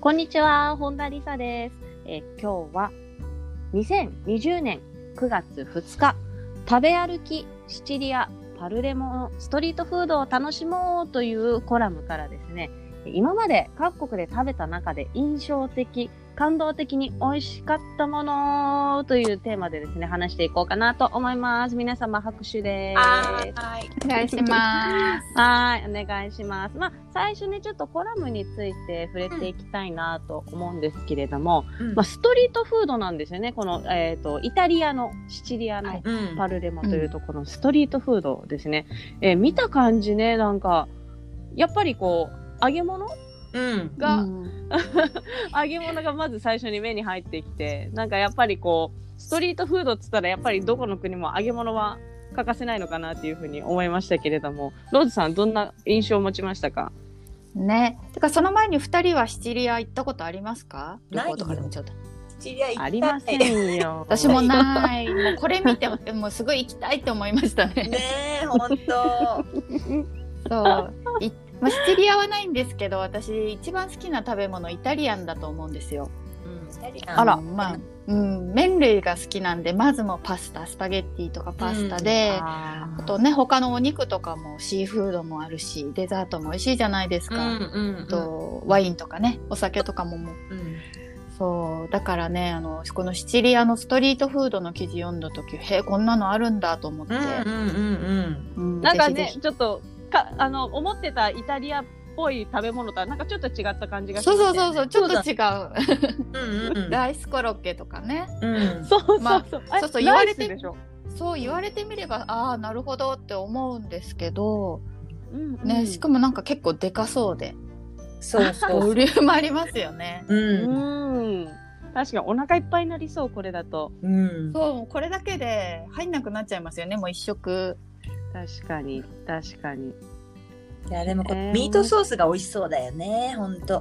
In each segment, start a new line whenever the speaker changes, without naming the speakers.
こんにちは本田理沙です、えー今日は2020年9月2日食べ歩きシチリアパルレモンストリートフードを楽しもうというコラムからですね今まで各国で食べた中で印象的、感動的に美味しかったものというテーマでですね、話していこうかなと思います。皆様拍手です。
い
お願いします
はい、お願いします。まあ、最初にちょっとコラムについて触れていきたいなと思うんですけれども、
うん
まあ、ストリートフードなんですよね。この、えっ、と、イタリアのシチリアの
うん
パルレモというところのストリートフードですね、えー見た感じねなんかやっぱりこう揚げ物
うん
が、揚げ物がまず最初に目に入ってきてなんかやっぱりこうストリートフードっつったらやっぱりどこの国も揚げ物は欠かせないのかなっていうふうに思いましたけれどもローズさんどんな印象を持ちましたか
ねてかその前に二人はシチリア行ったことありますか旅
ない
行
よ
とかでもちょっと
シチリア行きたい
ありませんよ
私も ないもうこれ見てももうすごい行きたいって思いましたね
ねえ本当
そういまあ、シチリアはないんですけど私一番好きな食べ物イタリアンだと思うんですよ
うんイタリアン
あらまあうん、麺類が好きなんでまずもうパスタスパゲッティとかパスタで、
あ
あとね他のお肉とかもシーフードもあるしデザートも美味しいじゃないです
うん
か、
うんうん
あとワインとかねお酒とかももう
うん
そうだからねあのこのシチリアのストリートフードの記事読んだ時へえこんなのあるんだと思って、
うんうん
うん
なんか
ぜ
ね
ひぜ
ちょっとかあの思ってたイタリアっぽい食べ物とはなんかちょっと違った感じ
ひ
がし
そ
ま
う
す
そ
ね
うそうそうちょっと違う
うんうん
ライスコロッケとかね
うん
そうそうそう。
まあ
あれ
そうそう言われ
ライ
て
スでしょ。
そう言われてみればああなるほどって思うんですけど、
うん
ねしかもなんか結構でかそうで
そうそう
ボリュームありますよね。
う
うんん。確かにお腹いっぱいになりそうこれだと
うん
そうもうこれだけで入んなくなっちゃいますよねもう一食。
確かに確かに
いやでもこ
えー
ミートソースが美味しそうだよね本当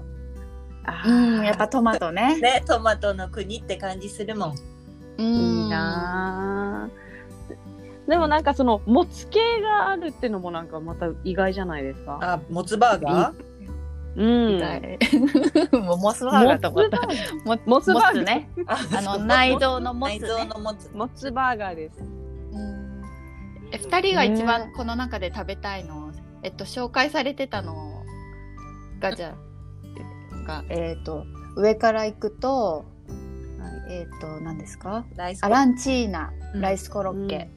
あ
う
ー
んやっぱトマトね。
ねトマトの国って感じするもん
うん
いいなーでもなんかそのもつ系があるってのもなんかまた意外じゃないですか
あもつバーガー
うん
痛いもうモスバーガーと思った。モ
モスバーガー
モスね。あ
そ
の
う
内臓のモス、
内
ね。
臓のもつ
もつバーガーです
うんえ二人が一番この中で食べたいの、えっと紹介されてたのがじゃあがえっと上から行くとえっと何ですか
ライス
アランチーナライ
ス
スコロッケ、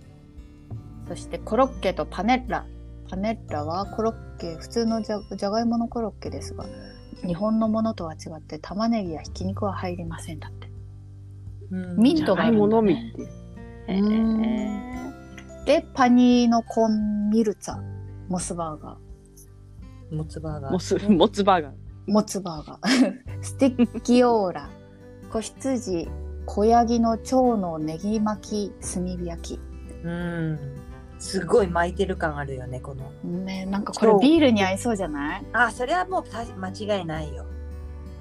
そしてコロッケとパネッラパネッラはコロッケ普通のじゃじゃがいものコロッケですが日本のものとは違って玉ねぎやひき肉は入りませんだってミントがあ
じゃが
るんだね
いものみっていうえ
うん
ー
でパニーノコンミルツァモスバーガー
もつバーガー
もつもつバーガー
モツバーガー ステッキオーラ子羊小ヤギの腸のネギ巻き炭火焼
うんすごい巻いてる感あるよねこの
きねなんかこれ
そう
ビールに合いそうじゃない
あそれはもうた間違いないよ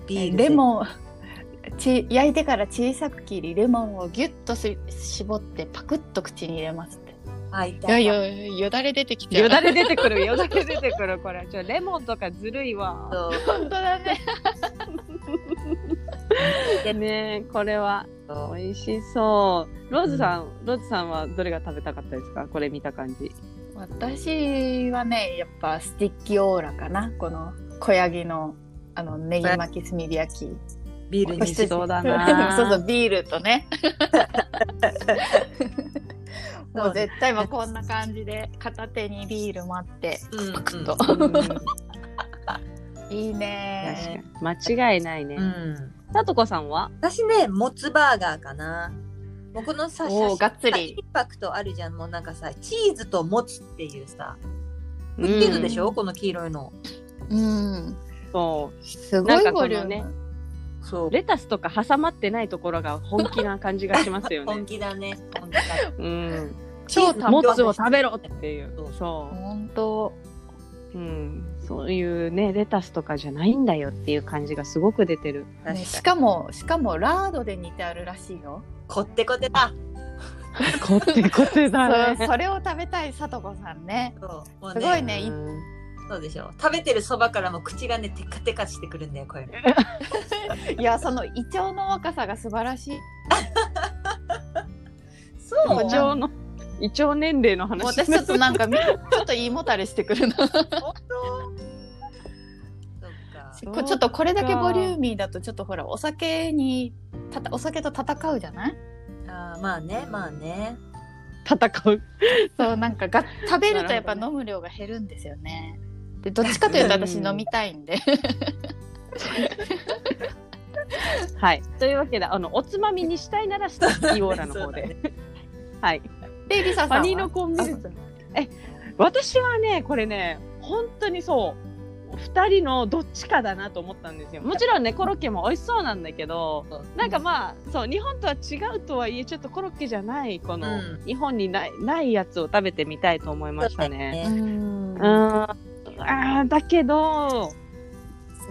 ビール
レモンち焼いてから小さく切りレモンをギュッとす絞ってパクッと口に入れますって
あい
い
た
や
い
い
た
やよだれ出てきちゃう
よだれ出てくるよだれ出てくるこれちょレモンとかずるいわ
そう
本当だね
ねこれは
そう
美味しそうローズさん、ローズさんはどれが食べたかったですかこれ見た感じ
私はねやっぱステッキオーラかなこの小ヤギのあのネギ巻き炭火焼き
ビール
美
に
味しそうだな
そうそうビールと ねもう絶対今こんな感じで片手にビールもあって
うん
パクッと、
うん確
いい
かに
ね
間違いないね
うん
さとこさんは
私ねもつバーガーかなもうこの
お
さ
ー
写真
がっつり
インパクトあるじゃんもうなんかさチーズともつっていうさ
うん
売ってるでしょ、この黄色いの。
うん。
そ
す
な
ご
ん
い
かこ
ボ
の
リューム。
ね
そう
う。レタスとか挟まってないところが本気な感じがしますよ
本
ね。
気だね。本気だ
うん。
超
チーズ
モ
も
本
ッツを食べろっていう。そ
当。
う。うん。そういうね、レタスとかじゃないんだよっていう感じがすごく出てる。
確かに
ねしかもしかもラードで煮てあるらしいよ。
こってこてだ。
こってこてだ
そ
ね。
それを食べたいさとこさんね。
そう。もう
すごいね
う
い
ん
そうでしょ。食べてるそばからも口がね、テカテカしてくるんだよ、こういうの。
いやその胃腸の若さが素晴らしい。
そ
胃腸の、胃腸年齢の話。
もう私ちょっとなんかみちょっと胃もたれしてくるな。
本当。そっか。
う
こちょっとこれだけボリューミーだとちょっとほらお酒にたたお酒と戦うじゃない？
あーまあね、まあね。
戦う。
そうなんかが食べるとやっぱ
なる
飲む量が減るんですよね。でどっちかというと私
うん
飲みたいんで。
はい。というわけで、あの、おつまみにしたいなら、したイオーラの方
そう
で。はい。
でリサさん
パ
は
ニーノコンミルク。え、私はね、これね、本当にそう、2人のどっちかだなと思ったんですよ。もちろんね、コロッケも美味しそうなんだけど、なんかまあ、そう、日本とは違うとはいえ、ちょっとコロッケじゃない、この、
うん
日本にないないやつを食べてみたいと思いましたね。
う
ね
ん
うーん、あーだけど、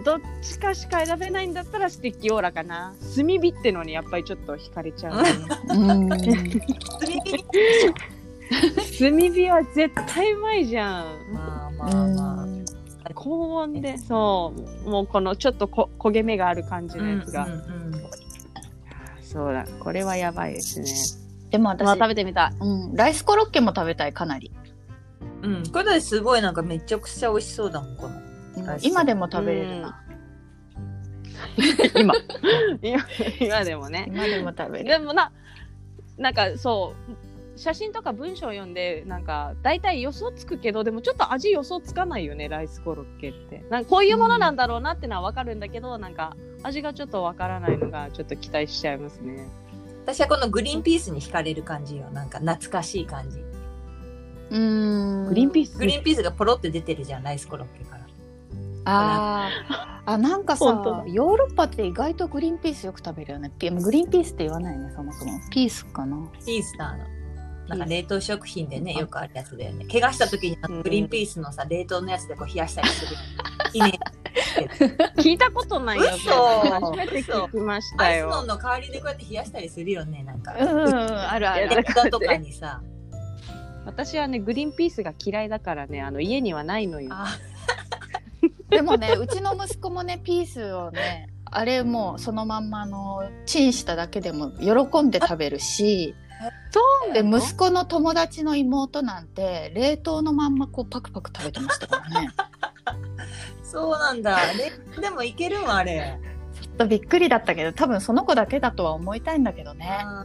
どっちかしか選べないんだったらスティッキオーラかな炭火ってのにやっぱりちょっと惹かれちゃうね、
うん
炭火は絶対うまいじゃん
まあまあまあ。
う
高温でそうもうこのちょっとこ焦げ目がある感じのやつが、
うんうんうん
そうだこれはやばいですね
んでも
まあ
私
食べてみたい
うんライスコロッケも食べたいかなり。
うん、これだってすごいなんかめちゃくちゃ美味しそうだもんこの。
うん今でも食べれるな。
今 今今でもね
今でも食べれ
で
る。
もななんかそう写真とか文章読んでなんか大体予想つくけどでもちょっと味予想つかないよねライスコロッケってなんかこういうものなんだろうなってのはわかるんだけど、なんか味がちょっとわからないのがちょっと期待しちゃいますね
私はこのグリーンピースに惹かれる感じよ。なんか懐かしい感じ。
うん
グリーンピース
グリーンピースがポロって出てるじゃん、ライスコロッケから。
あーあなんか
本当だ
さヨーロッパって意外とグリーンピースよく食べるよねピグリーンピースって言わないねそもそもピースかな
イースターの。なんか冷凍食品でね、よくあるやつだよね。怪我した時にあ
うん
のグリーンピースのさ、冷凍のやつでこう冷やしたりす る。いいね。
聞いたことないよ
嘘
初めて聞きまし
ア
た
イス
よ
ノンの代わりでこうやって冷やしたりするよね、なんか。
あるあ
る
ネタとかにさ。
私はねグリーンピースが嫌いだからねあの家にはないのよ
あ
でもねうちの息子もねピースをねあれもうそのまんまあのチンしただけでも喜んで食べるし
そう
で息子の友達の妹なんて冷凍のまんまこうパクパク食べてましたからね
そうなんだ。ねでもいけるんあれ。
ちょっとびっくりだったけど多分その子だけだとは思いたいんだけどね
あ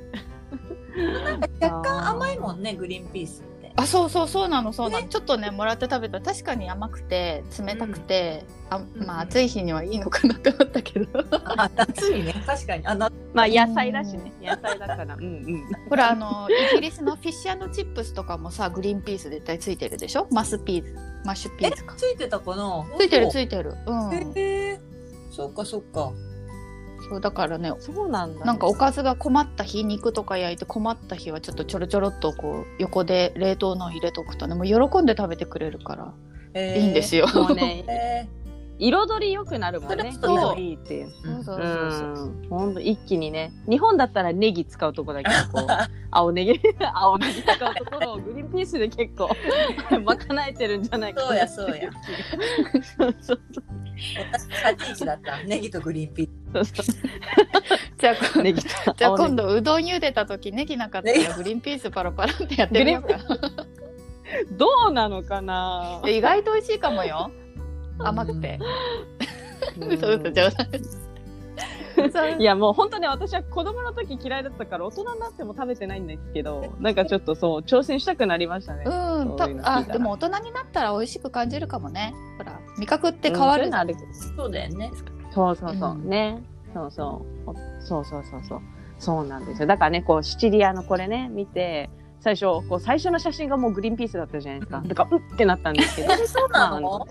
ーなんか若干甘いもんね、グリーンピースって。
あそうそうそうなのそうなの、ちょっとねもらって食べたら確かに甘くて冷たくて、
うん
あまあ暑い日にはいいのかなと思った けど
あ、夏にね、確かに。あ、夏
まあ野菜だしね野菜だからうんうん
ほらあのイギリスのフィッシュチップスとかもさグリーンピース絶対ついてるでしょマスピースマッシュピースか
ついてたかな
ついてる
い
ついてるうん
へえそっかそっか。
そうだからね
そうなんだ
なんかおかずが困った日肉とか焼いて困った日はちょっとちょろちょろっとこう横で冷凍のを入れとくとねもう喜んで食べてくれるから
え
いいんですよ、
もうね
え
彩り良くなるもんね
それ
そう
緑っていう
ー、
そううそうそう、
んほんと一気にね日本だったらネギ使うとこだけ どこう青ネギ 青ネギ使うところをグリーンピースで結構 賄えてるんじゃないかな
そうやそうや。
そうそう
私立ち位置だった。 ネギとグリーンピー
そうそ
じゃあこ
う ネギと
じゃあ
青ネギ
今度うどん茹でた時ネギなかった
ネギ
らグリーンピースパラパラってやってみようか
どうなのかな
意外と美味しいかもよ
ス。
甘くて
うん
嘘嘘冗談そう
いやもう本当ね私は子供の時嫌いだったから大人になっても食べてないんですけどなんかちょっとそう挑戦したくなりましたね。
うん
そ
た
ういうの聞いたら
あでも大人になったら美味しく感じるかもねほら味覚って変わるじゃん
うん
そうだよね。
そうそうそう、
うん
ねそうそうおそうそうそうそうそうなんですよだからねこうシチリアのこれね見て最初こう最初の写真がもうグリーンピースだったじゃないですかだからうんってなったんですけど
そう
なの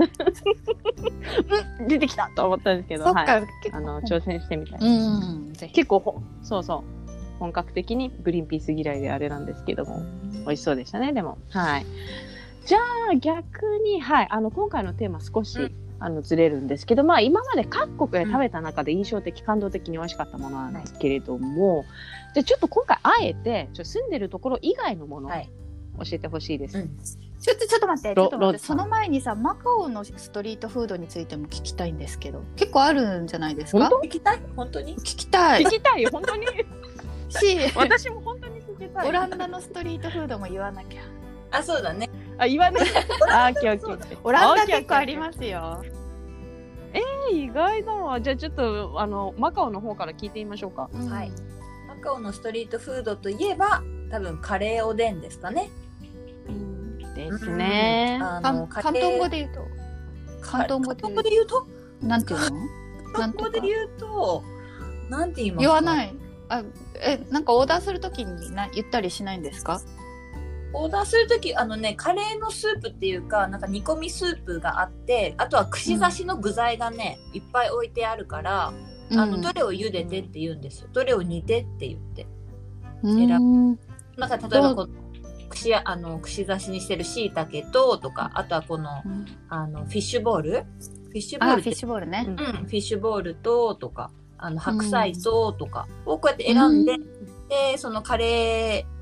うん出てきたと思ったんですけど
そっ
はい、
か、結構
あの挑戦してみたいです
うん、ぜひ。
結構ほそうそう本格的にグリーンピース嫌いであれなんですけども美味しそうでしたねでもはいじゃあ逆にはいあの今回のテーマ少し、
うん
あのずれるんですけどまあ今まで各国で食べた中で印象的、感動的に美味しかったものなんですけれども、じゃあちょっと今回あえてちょ住んでるところ以外のもの
は
教
い
えてほしいです、
うん
ちょっと、ちょっと待って、ち
ロ
ょっと待っ
ロ
て、
ッ
その前にさ、マカオのストリートフードについても聞きたいんですけど、結構あるんじゃないですか。
本
行きたい本当に
聞きたい
聞。きたい本当に
し、
私も本当に聞きたい
オランダのストリートフードも言わなきゃ。
あそうだね
あ言 わないあオッケーオッケーオッケー
オラン
オ
ダ
ッケーオッケー
結構ありますよ。
意外だわじゃあちょっとあのマカオの方から聞いてみましょうか
うん
はい。マカオのストリートフードといえば多分カレーおでんですかね
ですね
うんあ
か
の
ん
カ
広
レー
東語で言うと、
か
広東語で
広東語で言うと
なん ていうの。なん
広
とか
東語で言うとなんて言います
言
か
わない。あ、え、なんかオーダーするときに、な、言ったりしないんですか。
オーダーするときあのねカレーのスープっていうかなんか煮込みスープがあってあとは串刺しの具材がね、いっぱい置いてあるから、あのどれを茹でてって言うんですよどれを煮てって言って
うんうん
なんか例えばこう串あの串刺しにしてるしいたけととかあとはこのあのフィッシュボールフィッシュボ
あ、
ー
フ
ルっ
ィッ
て
シュボールね。
うん、フィッシュボールととかあの白菜ととかをこうやって選んで、でそのカレー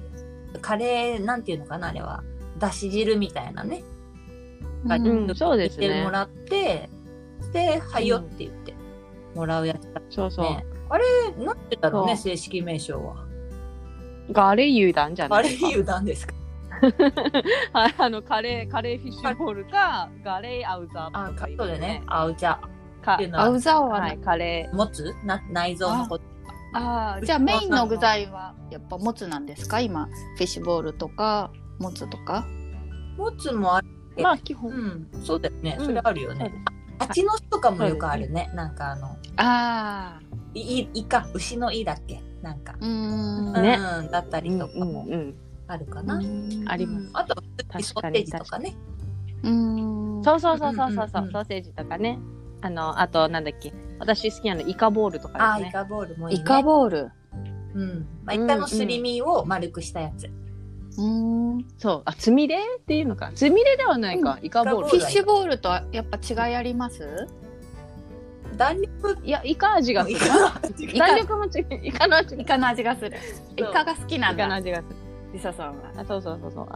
カレーなんていうのかなあれはだし汁みたいなね
う
うん
うんそうです
入れて
ね
もらってで「はいよ」って言ってもらうやつだね、
そうそう、
あれなんて言うんだろうね
そ
正式名称は
ガレ油断じゃな
あ
い
れ
ですか
油 断ですか
はいあのカレーカレーフィッシュボールかガレーアウザー
あ
と
カ
か
ッ
言い
ト
ます
でねあうちゃ
か
っていうの
ア
は
ウザオは
は
ない
いカレ
持つな内臓のこと
ああ、じゃあメインの具材はやっぱもつなんですか今フィッシュボールとかもつとか。
持つもある
ーまあ基本、
うんそうだよね
うん
それあるよ
そう
ね
です
あ蜂の巣とかもよくあるねなんかあの
あ
いいイか牛のイだっけなんか
あ、うーん。
ね
うんだった
う
り
ん
とかも
うんうん
あるか
う
な、
ん
あります
うんあとは普通にソーセージとかね
うん。
そうそうそうそうそうそう,、
うんうんうん
ソーセージとかねあのあとなんだっけ私好きなのイカボールと
あ
か
あ
です
イ
ね
カボールもいい、ね、
イカボール。
うんまあ、イカのすり身を丸くしたやつ、
うーん。フ
そうあつみれっていうのかつみれではないか、イカボール
ィッシュボールとはやっぱ違いあります？
弾力
いやイカ味がする
イカ
弾力も違うイカの味が
イカの味がする。イ
そう
カが好きなん
イカの
だ。
味がする
リサさんは。
あそうそうそうそう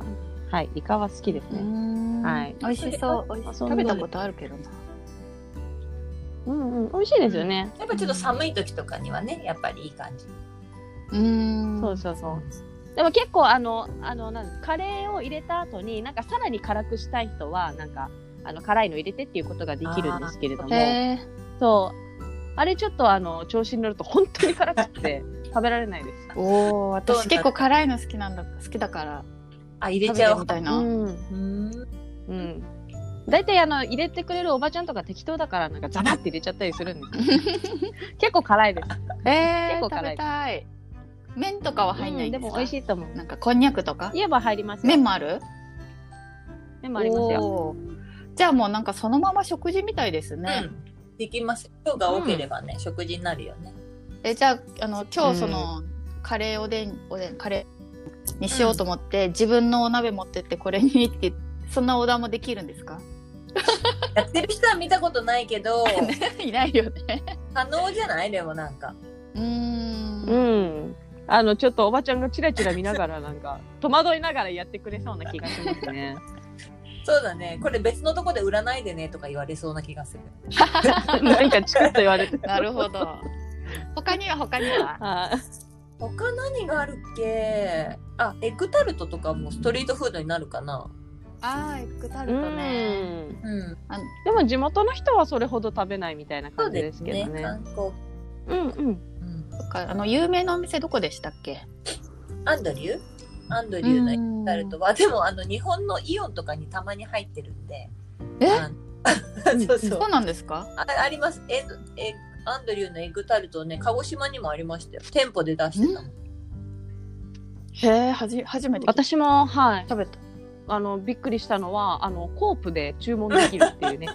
はいイカは好きです
うー
ね
ん
はい
美味しそう。美味し
そ
そう
な
う食
の
べたことあるけどな。
うんうん美味しいですよね、
やっぱちょっと寒い時とかにはねやっぱりいい感じ
うーん。
そうそうそう。でも結構あのあのなんカレーを入れた後になんかさらに辛くしたい人はなんかあの辛いの入れてっていうことができるんですけれど
へ
も、
え。
そうあれちょっとあの調子に乗ると 本当に辛くて 食べられないです。
おお、
そうな
私
んだ
結構辛いの好きなんだ好きだから
あ入れ
食
ち
べ
ゃ
て
う
みたいうな。
ん
うん
うん。大体あの入れてくれるおばちゃんとか適当だからなんかザバって入れちゃったりするんですよ 結構辛いです。
えー、
結構
食
辛い
べたい。麺とかは入んない
うんん
で
です
か、
も美味しいと思う。
なんかこんにゃくとか
言えば入りますよ。
麺もある
麺もありますよ。
おーじゃあもうなんかそのまま食事みたいですね。
うん、できます量が多ければね、食事になるよね
えじゃああの今日その、カレーおでんおでんカレーにしようと思って、自分のお鍋持ってってこれにってそんなオーダーもできるんですか
やってる人は見たことないけど
いないよね。
可能じゃないでもなんか
うーん
う。ん。あのちょっとおばちゃんがチラチラ見ながらなんか戸惑いながらやってくれそうな気がします ね。
そうだねこれ別のとこで売らないでねとか言われそうな気がする
なんかチクッと言われて。
なるほど。他には他に は。
はい
他何があるっけあエッグタルトとかもストリートフードになるかな
ああ、エッグタ
う
ルト
ん。
ね。
うん
でも地元の人はそれほど食べないみたいな
そう
感じ
で
ですすけ
ね
どね。
観光、
うんうん。
うん、
そっかあの有名なお店どこでしたっけ？
アンドリューアンドリューのエッグタルトは でもあの日本のイオンとかにたまに入ってるんで
え
あのそうそう
そうなんですか？
あありますエッグエッグアンドリューのエッグタルトね鹿児島にもありましたよ店舗で出してたもん
へえ、はじ、初めて聞いた。
私も、はい。
食べた。
あの、びっくりしたのは、あの、コープで注文できるっていう ね。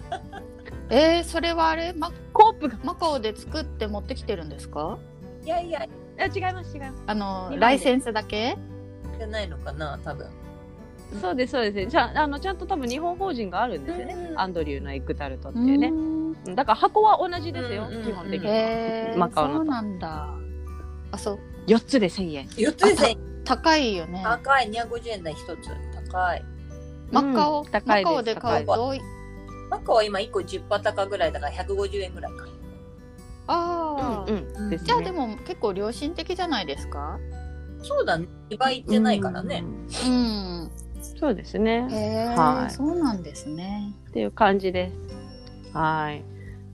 えー、それはあれ、マ、
コープが、
マカオで作って持ってきてるんですか。
いやいや
あ違います、違いま
あの
日本、で
ライセンスだけ。
じゃないのかな多分
す。そうです、そうです。じゃあ、あの、ちゃんと多分日本法人があるんですよね
う。ん
アンドリューのエッグタルトって
う
いうね。
ん。
うんだから箱は同じですよ
うんうんう、ん
基本的には。
へえ、
マカオの
そうなんだ。あ、そう、
4つで1000円。
4つですね
高いよね。
高い250円台1つ高い
マカオ、
うん高い
マ
です
カオで買うと、
マカオは今1個10パタカぐらいだから150円ぐらいか
ああ、
うん。ですね
じゃあでも結構良心的じゃないですか。
そうだね2倍いってないからね。
うん
うん。
そうですね。
へえ、
はい
そうなんですね。
っていう感じです。はい。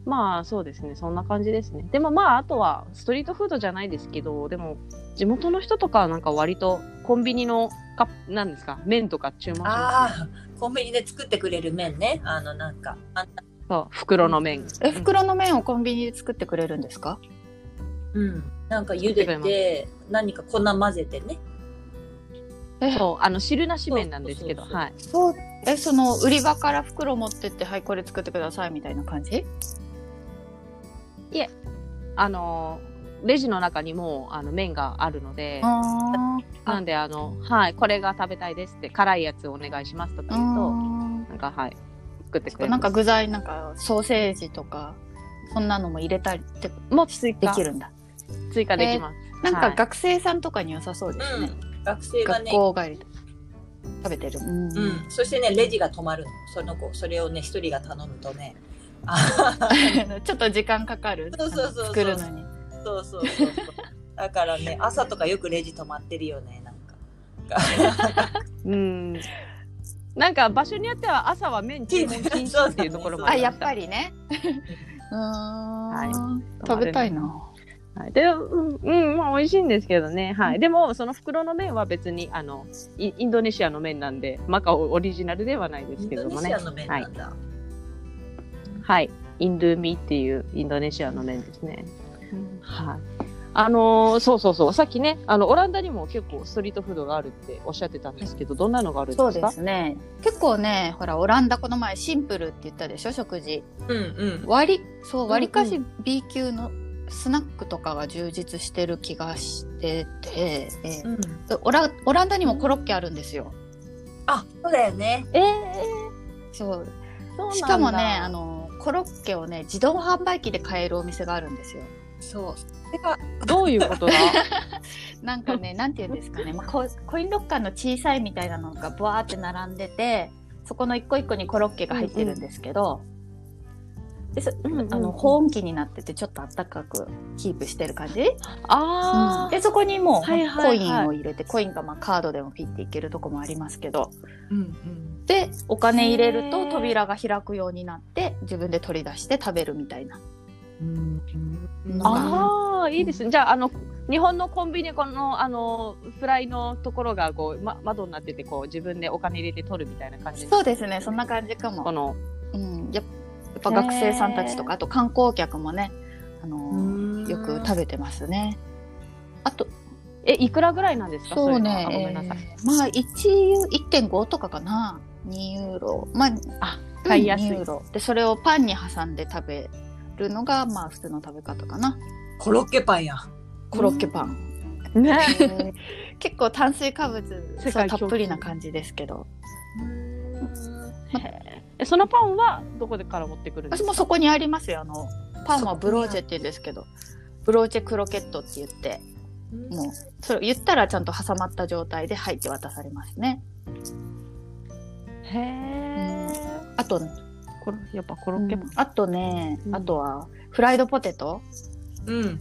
まあそうですね、そんな感じですね。でもまああとはストリートフードじゃないですけど、でも地元の人とかはなんか割とコンビニのカップなんですか麺とか注文しま
ああコンビニで作ってくれる麺ねあのなんかあんな
す。そう袋の麺。
え、袋の麺をコンビニで作ってくれるんですか。
うんなんか茹
作
で
ってく
て何か粉混ぜてね
え
うんそうあの汁なし麺なんですけど、
そうそうそう
はい。
そうえその売り場から袋持ってってはいこれ作ってくださいみたいな感じ
あのレジの中にもうあの麺があるので、
ああ
なんであのはいこれが食べたいですって辛いやつお願いしますとか言うと、なんかはい作ってくれ
なん
ます
か具材なんかソーセージとかそんなのも入れたりって
もう追
で
加
きるんだ
追加できます。
なん
は
か
い
学生さんとかに良さそうですね、
学生が
学
ね
校帰りとか食べてるうん
うん、そしてねレジが止まるのその子それをね一人が頼むとねあ
ちょっと時間かかる
そうそうそうそう
作るのに
そうそうそうそうだからね朝とかよくレジ止まってるよねなんか
うん。なんか場所によっては朝は麺注文禁止っていうところも
あ
あり
や
ま
っ
した。
ぱりねうーん、
は
食べたい。な
はい、で、うん、うん、まあ美味しいんですけどね。はい。でもその袋の麺は別にあのイインドネシアの麺なんでマカオオリジナルではないで
イ
す
ン
け
ド
ど
ネ
も
シ
ね
ア。の麺なんだ、
はい。インドゥミっていうインドネシアの麺ですね。はい。あのーそうそうそう。さっきね、あのオランダにも結構ストリートフードがあるっておっしゃってたんですけど、どんなのがあるんですか？
そうですね結構ねほらオランダこの前シンプルって言ったでしょ食事
うんうん
割りそう
うん
割りかし B 級のスナックとかが充実してる気がしてて、えー
うん
オラオランダにもコロッケあるんですよ。
あそうだよね
えー
そう
そうなんだ
しかもねあのコロッケをね自動販売機で買えるお店があるんですよ。
そうそれが
どういうこと だ？
なんか ねなんて言うんですかね、まあ、ココインロッカーの小さいみたいなのがブワーって並んでてそこの一個一個にコロッケが入ってるんですけど、でそ
うんうん
あの保温器になっててちょっとあったかくキープしてる感じ
ああ、
でそこにもう
はいはいはい
コインを入れて、コインがまあカードでもピッていけるとこもありますけど
うんうん
でお金入れる
へ
と
ー
扉が開くようになって自分で取り出して食べるみたいな
うんうん
あ
ああ、いいですね。じゃあ、あの、日本のコンビニ、この、あの、フライのところが、こう、ま、窓になってて、こう、自分でお金入れて取るみたいな感じ
そうですねそんな感じか
こ
も、
の、
うん、やっやっぱ学生さんたちとかあと観光客もねあの
うん
よく食べてますねあと
え、いくらぐらいなんですか
そう
い
ね
のはあごめんなさい。
えーまあ1ユ1.5とかかな2ユーロまあ
あ
うん
買いやすい
2ユーロでそれをパンに挟んで食べるのがまあ普通の食べ方かな
コロッケパンや
コロッケパン、
ね。
結構炭水化物
世界
そうた
共
っ
通
ぷりな感じですけど
え、そのパンは、どこでから持ってくるんで
私
すか
もそこにありますよあのパンは
そこにある
ブローチェって言うんですけどブローチェクロケットって言ってもうそれ言ったらちゃんと挟まった状態で入って渡されますね
へえ。
あと、
これ、やっぱコロッケパン。
あとね、
うん
あとはフライドポテト
うん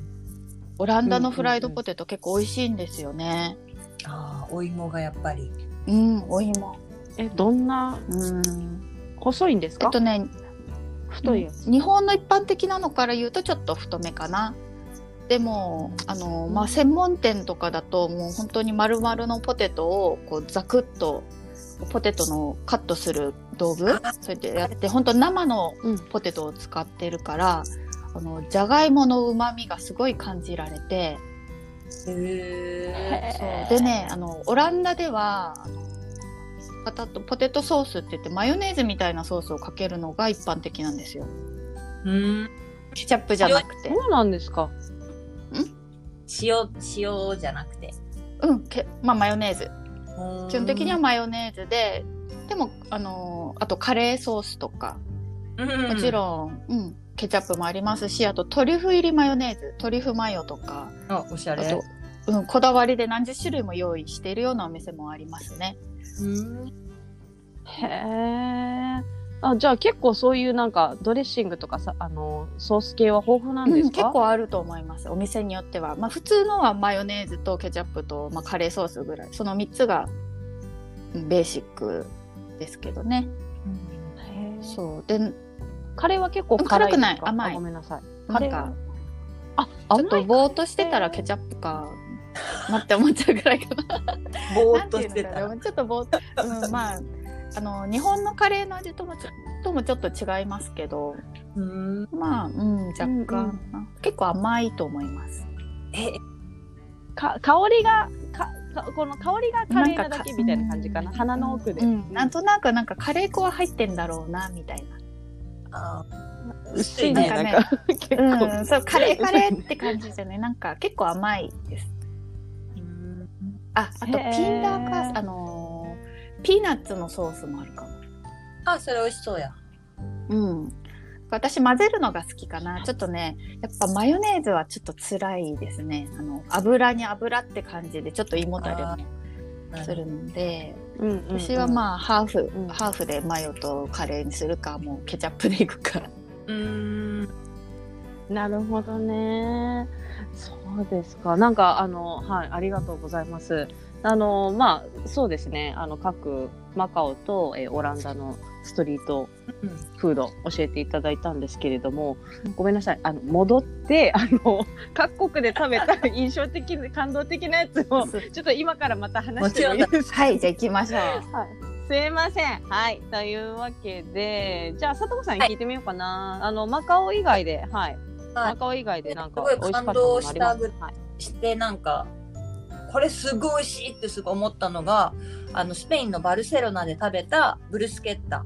オランダのフライドポテト結構美味しいんですよね。
あーお芋がやっぱり
うん、お芋。
え、どんな、
うん。
細いんです
え
か
っとね、
太いやつ。
日本の一般的なのから言うとちょっと太めかな。でもあの、まあ、専門店とかだともう本当に丸々のポテトをこうザクッとポテトのカットする道具それでやって本当生の
うん
ポテトを使ってるから、あのじゃがいものうまみがすごい感じられて
へ
へー
でねあのオランダではあのパタッとポテトソースって言ってマヨネーズみたいなソースをかけるのが一般的なんですよ
ーうん
ケチャップじゃなくて
そうなんですか。
塩塩じゃなくて
うんけまあマヨネーズ基本的には
も
マヨネーズででもあのあとカレーソースとかもちろん、うんケチャップもありますしあとトリュフ入りマヨネーズトリュフマヨとか
んあおしゃ
あ
れ
と、うん、こだわりで何十種類も用意しているようなお店もありますね
うん
へえ。あ、じゃあ結構そういうなんかドレッシングとかさ、あのソース系は豊富なんです
うん結
か。
構あると思いますお店によっては、まあ、普通のはマヨネーズとケチャップと、まあ、カレーソースぐらいその3つがうんベーシックですけどね
へえ
そうで
カレーは結構辛いですか。
辛くない甘い
あごめんなさい。カ
な
レ
ん
ー
か
は。あ、
ちょっ
甘
と
い。
ぼーっとしてたらケチャップかなって思っちゃうぐらいか な。
ぼー
な
っ
んて
と
い
し
う
て
のか
た
な
ら
ちょっとぼーっと、うん、まああの日本のカレーの味ともちょともちょっと違いますけど
うん
まあ、うん、若干かな、結構甘いと思います。
え
か香りがかかこの香りがカレーなだけみたいな感じかな。
うん
鼻の奥で。
うん、なんとなくなんかカレー粉は入ってんだろうなみたいな。
あ
薄いね。な
な
んん
かね
か 結構。
うん、そうカレーカレーって感じじゃないなんか結構甘いです。
うん
ああとピ
へー
ーナッカーあのーピーナッツのソースもあるかも。
あそれ美味しそうや
うん。私混ぜるのが好きかな。ちょっとね、やっぱマヨネーズはちょっと辛いですね。あの油に油って感じでちょっと胃もたれもするんで、
うんうんうん
私はまあハーフ、
うん
ハーフでマヨとカレーにするか、もうケチャップでいくか。
うん
なるほどね。そうですか。なんかあのはいありがとうございます。あのまあそうですね。あの各マカオとえーオランダのストリートフード教えていただいたんですけれども、ごめんなさい。あの戻ってあの各国で食べた印象的で感動的なやつをちょっと今からまた話してもいいですか。
はい、じゃあ行きましょう。
すいません。はい。というわけで、じゃあ佐藤さんに聞いてみようかな。あのマカオ以外で、はい。
はい
マカオ以外でなんか
すごい
美味しかったものありま
感
す
動し
はい
してなんかこれすごい美味しいってすごい思ったのがあのスペインのバルセロナで食べたブルスケッタ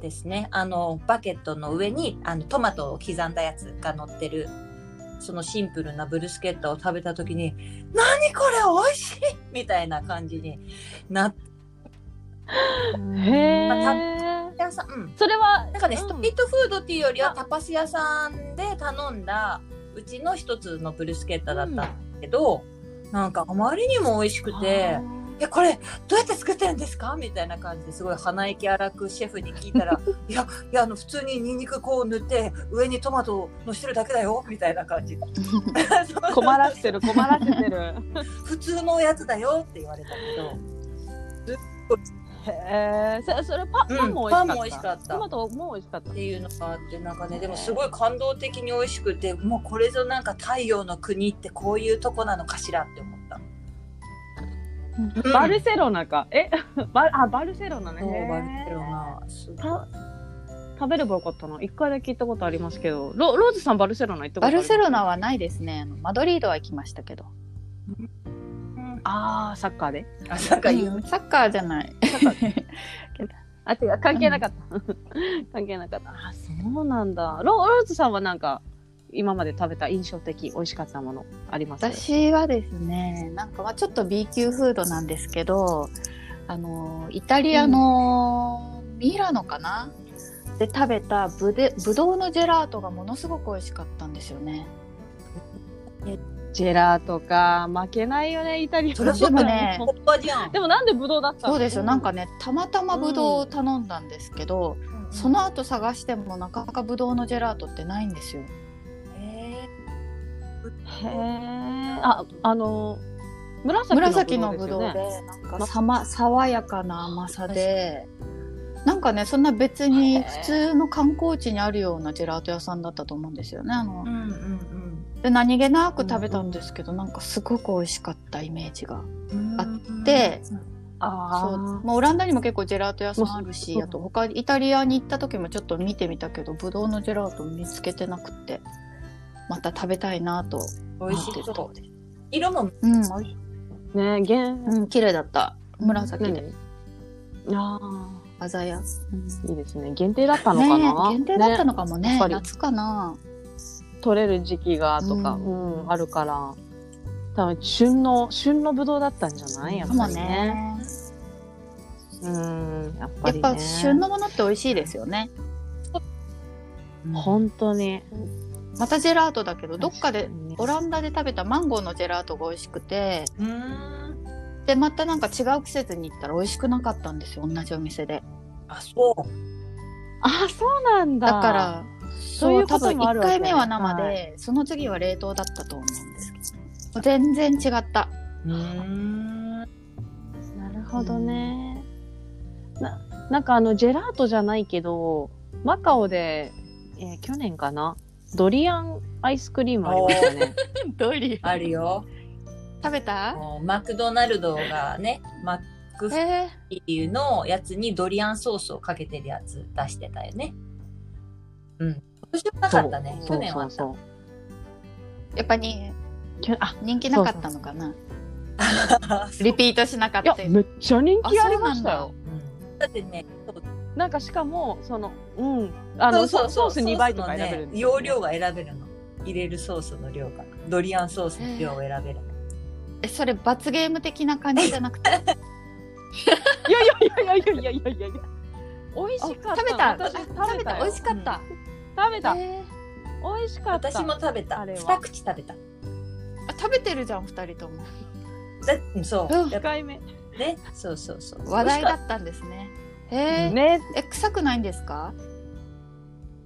ですねあのバケットの上にあのトマトを刻んだやつが乗ってるそのシンプルなブルスケッタを食べた時に「何これ美味しい!」みたいな感じになって
へー
皆さんうん
それは
なんかね、
う
ストリートフードっていうよりはタパス屋さんで頼んだうちの一つのブルスケッタだったんだけど、なんかあまりにも美味しくて「えこれどうやって作ってるんですか?」みたいな感じですごい鼻息荒くシェフに聞いたら「いやいやあの普通にニンニクこう塗って上にトマトをのしてるだけだよ」みたいな感じ
あー困らせてる困らせてる
普通のやつだよって言われたけど。
へえそそれパ
うん
パンも美味しかった、
パ
ト
ンも美味しかった
マトも美味しかった
っていうのがあってなんかねでもすごい感動的に美味しくてもうこれぞなんか太陽の国ってこういうとこなのかしらって思った、うん
バルセロナかえ バあバルセロナね
そうバルセロナすごい
た食べればよかったな一回だけ行ったことありますけどロローズさんバルセロナ行ったこと
バ
あり
ル
ます
セロナはないですね。あのマドリードは行きましたけど。
あーサッカーで
あなんか言う、
うんサッカーじゃない。
あ違う関係なかった、関係なかったあそうなんだロローズさんはなんか今まで食べた印象的美味しかったものあります
私はですねなんかまあちょっと B 級フードなんですけどあのイタリアのミラノかな、で食べたぶでぶどうのジェラートがものすごく美味しかったんですよね。
ジェラートか負けないよねイタリア
それこそ
でもね
コッパじゃ ん
でもなんでブドウだったの
そうですよなんかねたまたまぶどうを頼んだんですけど、その後探してもなかなかぶどうのジェラートってないんですよ。
え
へえああの紫
紫
の
の
ブ
ぶ
ド
ど
ウで
う
すよね
でなんかさ、ま、爽やかな甘さでなんかねそんな別に普通の観光地にあるようなジェラート屋さんだったと思うんですよね。あの
うんうん
で何気なく食べたんですけど、なんかすごく美味しかったイメージが。
うん
あって
あ
そう
ー
まあ、オランダにも結構ジェラート屋さんある
も
し
う
あと他イタリアに行った時もちょっと見てみたけどブドウのジェラート見つけてなくってまた食べたいなと
美味しそう
う
色も
うん、おい
ねえ、原
うん、綺麗だった。紫で。
何ああ、
鮮や。うん
いいですね。限定だったのかな、
ねえ限定だった
ね
のかも
や
ね
っ。ぱり
夏かな。
取れる時期がとか、
う
うん、あるから。多分旬の、旬のぶどうだったんじゃないやっ
か
ぱ
も
りね。
ね。
うん、やっぱ
や
り、
っ
ね。
ぱ旬のものって美味しいですよね。
本当に。
またジェラートだけど、どっかで
確にね
オランダで食べたマンゴーのジェラートが美味しくて、
うーん
でまたなんか違う季節に行ったら美味しくなかったんですよ。同じお店で。
あそう
あ、そうなんだ。
だか、ら。
そ
そうう
い
いうう
こ
ことと
もある
1
わけね
回目は生で、
は
その次は冷凍だったと思うんですけど全然違った
うーん
なるほどね。ななんかあのジェラートじゃないけどマカオで、えー去年かなドリアンアイスクリームありましたね。
ドリ
あるよ
食べた
もうマクドナルドがねマックフ
え
リーのやつにドリアンソースをかけてるやつ出してたよねうん今年はなかったね
そう
去年はあった
そうそう
ーやっぱり
そうきょあ
人気なかったのかなリピートしなかっ
いや
た
めっちゃ人
あ
気あり
そう
ま
な
し
ん
た
だ
よ。
うんだってねそう
なんかしかもそのうんあの
そうそうそう
ソース2倍とか選べるんですよ
ソースのね、容量が選べるの入れるソースの量がドリアンソースの量を選べる
えそれ罰ゲーム的な感じじゃなくて
いやいやいやいやいやいやいやいや。美味
あ
しかった。
食べた
私
あ
食べたよ。
美味しかった、
食べた。
えー
美味しかった。
私も食べた
あれは
二口食べた
あ食べてるじゃん2人とも
だうんそう
うん
や
1
っぱ
回目。
ねそうそうそう
話題だ
美
ったんですねえー
ね。
え臭くないんですか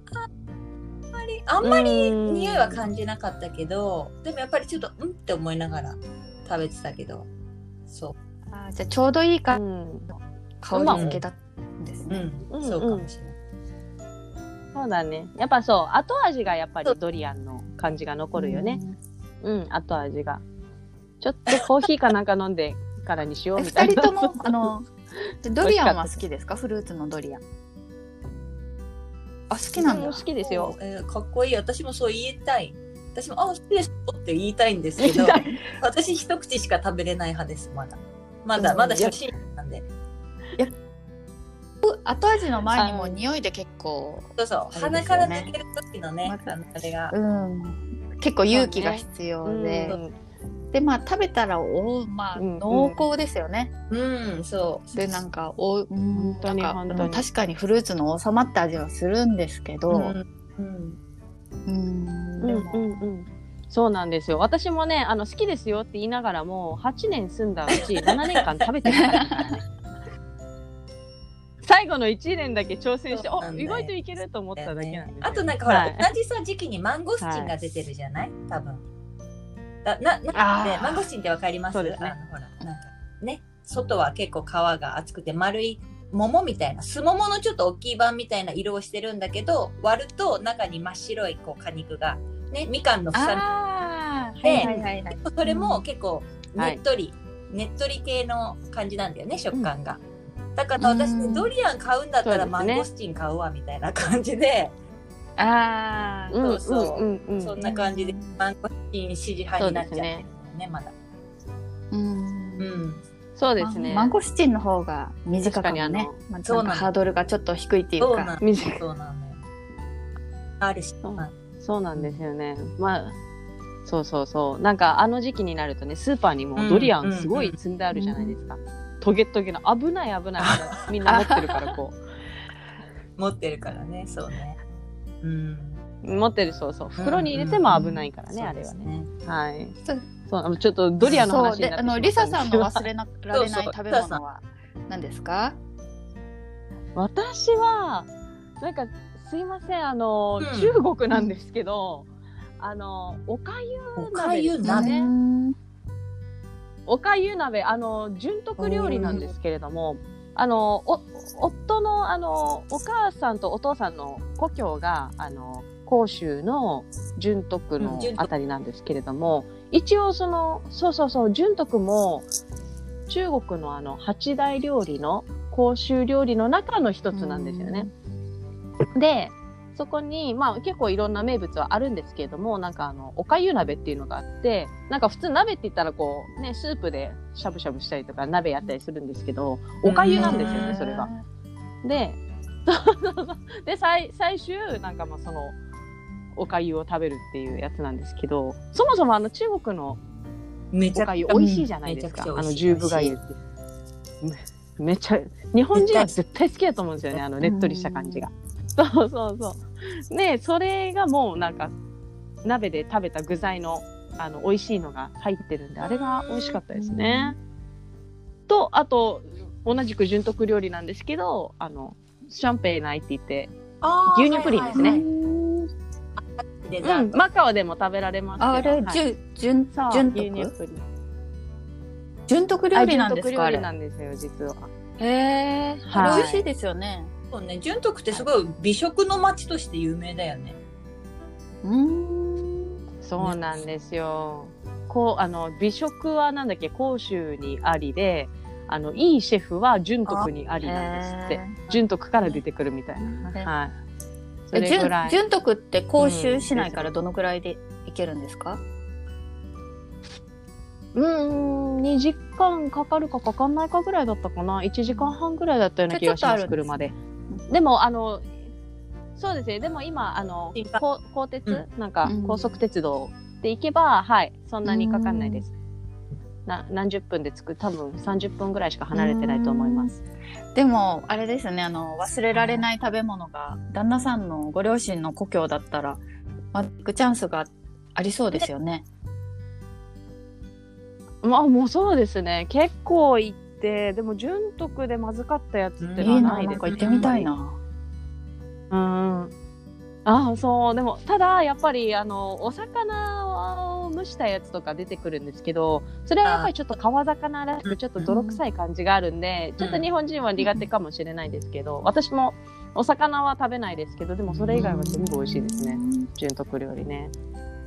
味しかったあんまりあんまり
うん
匂いは感じなかったけどでもやっぱりちょっとうんって思いながら食べてたけどそ
あーじゃあちょうどいいか
うん
香り付けだったんです
うう
ね、
ん、
うん
そうかもしれない
そうだね。やっぱそう、後味がやっぱりドリアンの感じが残るよね。うん、後味が。ちょっとコーヒーかなんか飲んでからにしよう
え
みたい
二
な。
人と もあのドリアンは好きですかフルーツのドリアンあ好きなんだ
好きですよ。
えーかっこいい私もそう言いたい私も「あ好きですよ」って言いたいんです
言
け
い
ど
たい
私一口しか食べれない派ですまだまだ
うん
まだ初心者なんで
後味の前にも匂いで結構
そうそう
あれで
鼻
す
か
よね
ら抜ける時のね
また
あのあれが
うん結構勇気が必要
うん
で、でまあ食べたらおーまあ、
うん
濃厚ですよね、
うんそう
でなんかお
本当に
なん
本
か
当に
確かにフルーツの王様って味はするんですけど、うん
うん
うん
で
う
も、
んうん。そうなんですよ。私もね、あの好きですよって言いながらも、8年住んだう ち7年間食べてなかったからね。最後の1年だけ挑戦して、
そう
お
なんだよ
意外といけると思っただけなんですよ、
あとなんかほら、
はい
同じさ時期にマンゴスチンが出てるじゃない、多分だなな
あ
で
ー
マンゴスチンってわかります
そうですね
あのほらなんかね外は結構皮が厚くて丸い桃みたいなすもものちょっと大きい版みたいな色をしてるんだけど割ると中に真っ白いこう果肉がねみかんの房み
あー
で
はいはいはいはい
それも結構ねっとり、ねっとり系の感じなんだよね食感が、だから私ね
うん
ドリアン買うんだった
そ
ら
うです
マ
ね
ンゴスチン買うわみたいな感じで
あー
うん
そうそ
うんうんうん
そんな感じでマンゴスチン支持派になっちゃってるよねまだ
うん
うん
そうですね。
マンゴスチンの方が短かもね。まあ、
そ
な
うな
んん
だ
かハードルがちょっと低いってい
そうう
か。
なん
短い
そうなのよあるし、
うん
まあ
そうなんですよね。まあ、そうそうそう。なんかあの時期になるとね、スーパーにもドリアンすごい積んであるじゃないですか。トゲトゲの危ない危ないみんな持ってるからこ
持ってるからねそうねうん
う持ってるそうそう袋に入れても危ないからね、あれはね
ね
はい
そう
そうあのちょっとドリアンの話
そう
にな
であ
ってしま
の
った
リサさんの忘
れ
れなられない
そうそう
食べ物は何ですか？
私はなんかすいませんあの、
うん
中国なんですけどあのおかゆ
おか
鍋
ゆ
です
鍋
ね
うん
おかゆ鍋、あの、純徳料理なんですけれども、あの、お、夫の、あの、お母さんとお父さんの故郷が、あの、甲州の純徳
うん
の
順徳
あたりなんですけれども、一応その、そうそうそう、純徳も、中国のあの、八大料理の、甲州料理の中の一つなんですよね。で、そこに、まあ、結構いろんな名物はあるんですけれども、なんかあの、おかゆ鍋っていうのがあって、なんか普通鍋って言ったらこう、ね、スープでしゃぶしゃぶしたりとか、鍋やったりするんですけど、おかゆなんですよね、それが。。で、 そうそうそうで、最、最終、なんかまあその、おかゆを食べるっていうやつなんですけど、そもそもあの中国の
めち
お
ゃ
か
く
ゆ
ち
美
ゃ
味しいじゃないですか。
うん
あの
めちゃくち
十
ゃ美味しい
分がゆって。めめっちゃ、日本人は絶対好きだと思うんですよね。あの、ねっとりした感じが。そうそうそう。ねそれがもうなんか、鍋で食べた具材の、あの、美味しいのが入ってるんで、あれが美味しかったですね。と、あと、同じく純徳料理なんですけど、あの、シャンペーナイって言って、
あー
牛乳プリンですね
は
う
いはい
ん
はいデザ
う
ー
ん、
ト
マカオでも食べられますけど。
ああれ、
はい
じゅ純
そう
純
牛乳
徳
プリン。
純徳料
あ
理
純
なんです
徳
か
料
あ
理
れ
なんですよ、実は。
へえあ
はい
れ美味しいですよね
そうね純徳ってすごい美食の街として有名だよね
うん
そうなんですよ。こうあの美食はなんだっけ甲州にありで、あのいいシェフは純徳にありなんですって。純徳から出てくるみたいな。
へー
はい。そ
え
れぐ
純
らい。
純徳って甲州市内からどのくらいで行けるんですか、
うん、二時間かかるかかかんないかぐらいだったかな。一時間半ぐらいだったような気がしま
じゃ
す。
あちょっとあるんです
車で。でもあの。そうですね。でも今あの
新幹
こう鋼鉄、なんか
うん
高速鉄道で行けば、はいそんなにかかんないです。な何十分で着く多分三十分ぐらいしか離れてないと思います。
でもあれですねあの忘れられない食べ物が旦那さんのご両親の故郷だったら全くチャンスがありそうですよね。
まあもうそうですね。結構行ってでも純徳でまずかったやつって
い
のはいな
な、
いで
なん
す
か
ね、
行ってみたいな。
うんああそうでもただやっぱりあのお魚を蒸したやつとか出てくるんですけどそれはやっぱりちょっと川魚らしくちょっと泥臭い感じがあるんで、ちょっと日本人は苦手かもしれないですけど、私もお魚は食べないですけどでもそれ以外は全部美味しいですね、純徳料理ね。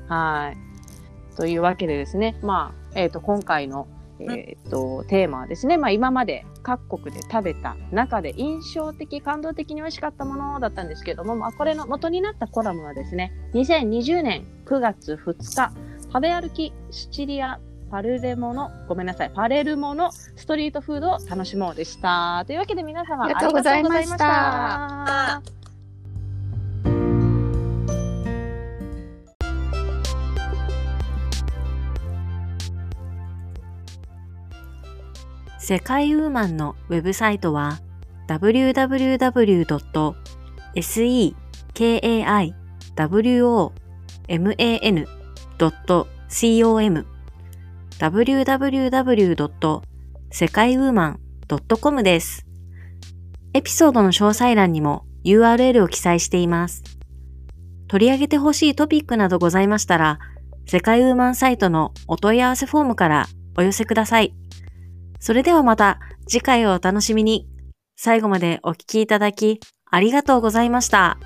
はいというわけでですね、まあえー、と今回の、えー、とテーマはですね、まあ、今まで各国で食べた中で印象的感動的に美味しかったものだったんですけども、まあ、これの元になったコラムはですね2020年9月2日食べ歩きシチリアパルレモのごめんなさいパレルモのストリートフードを楽しもうでしたというわけで皆様
ありがとうございました
ありがとうございました
世界ウーマンのウェブサイトは www.sekaiwoman.com www.sekaiwoman.com です。エピソードの詳細欄にも URL を記載しています。取り上げてほしいトピックなどございましたら、世界ウーマンサイトのお問い合わせフォームからお寄せください。それではまた次回をお楽しみに。最後までお聞きいただきありがとうございました。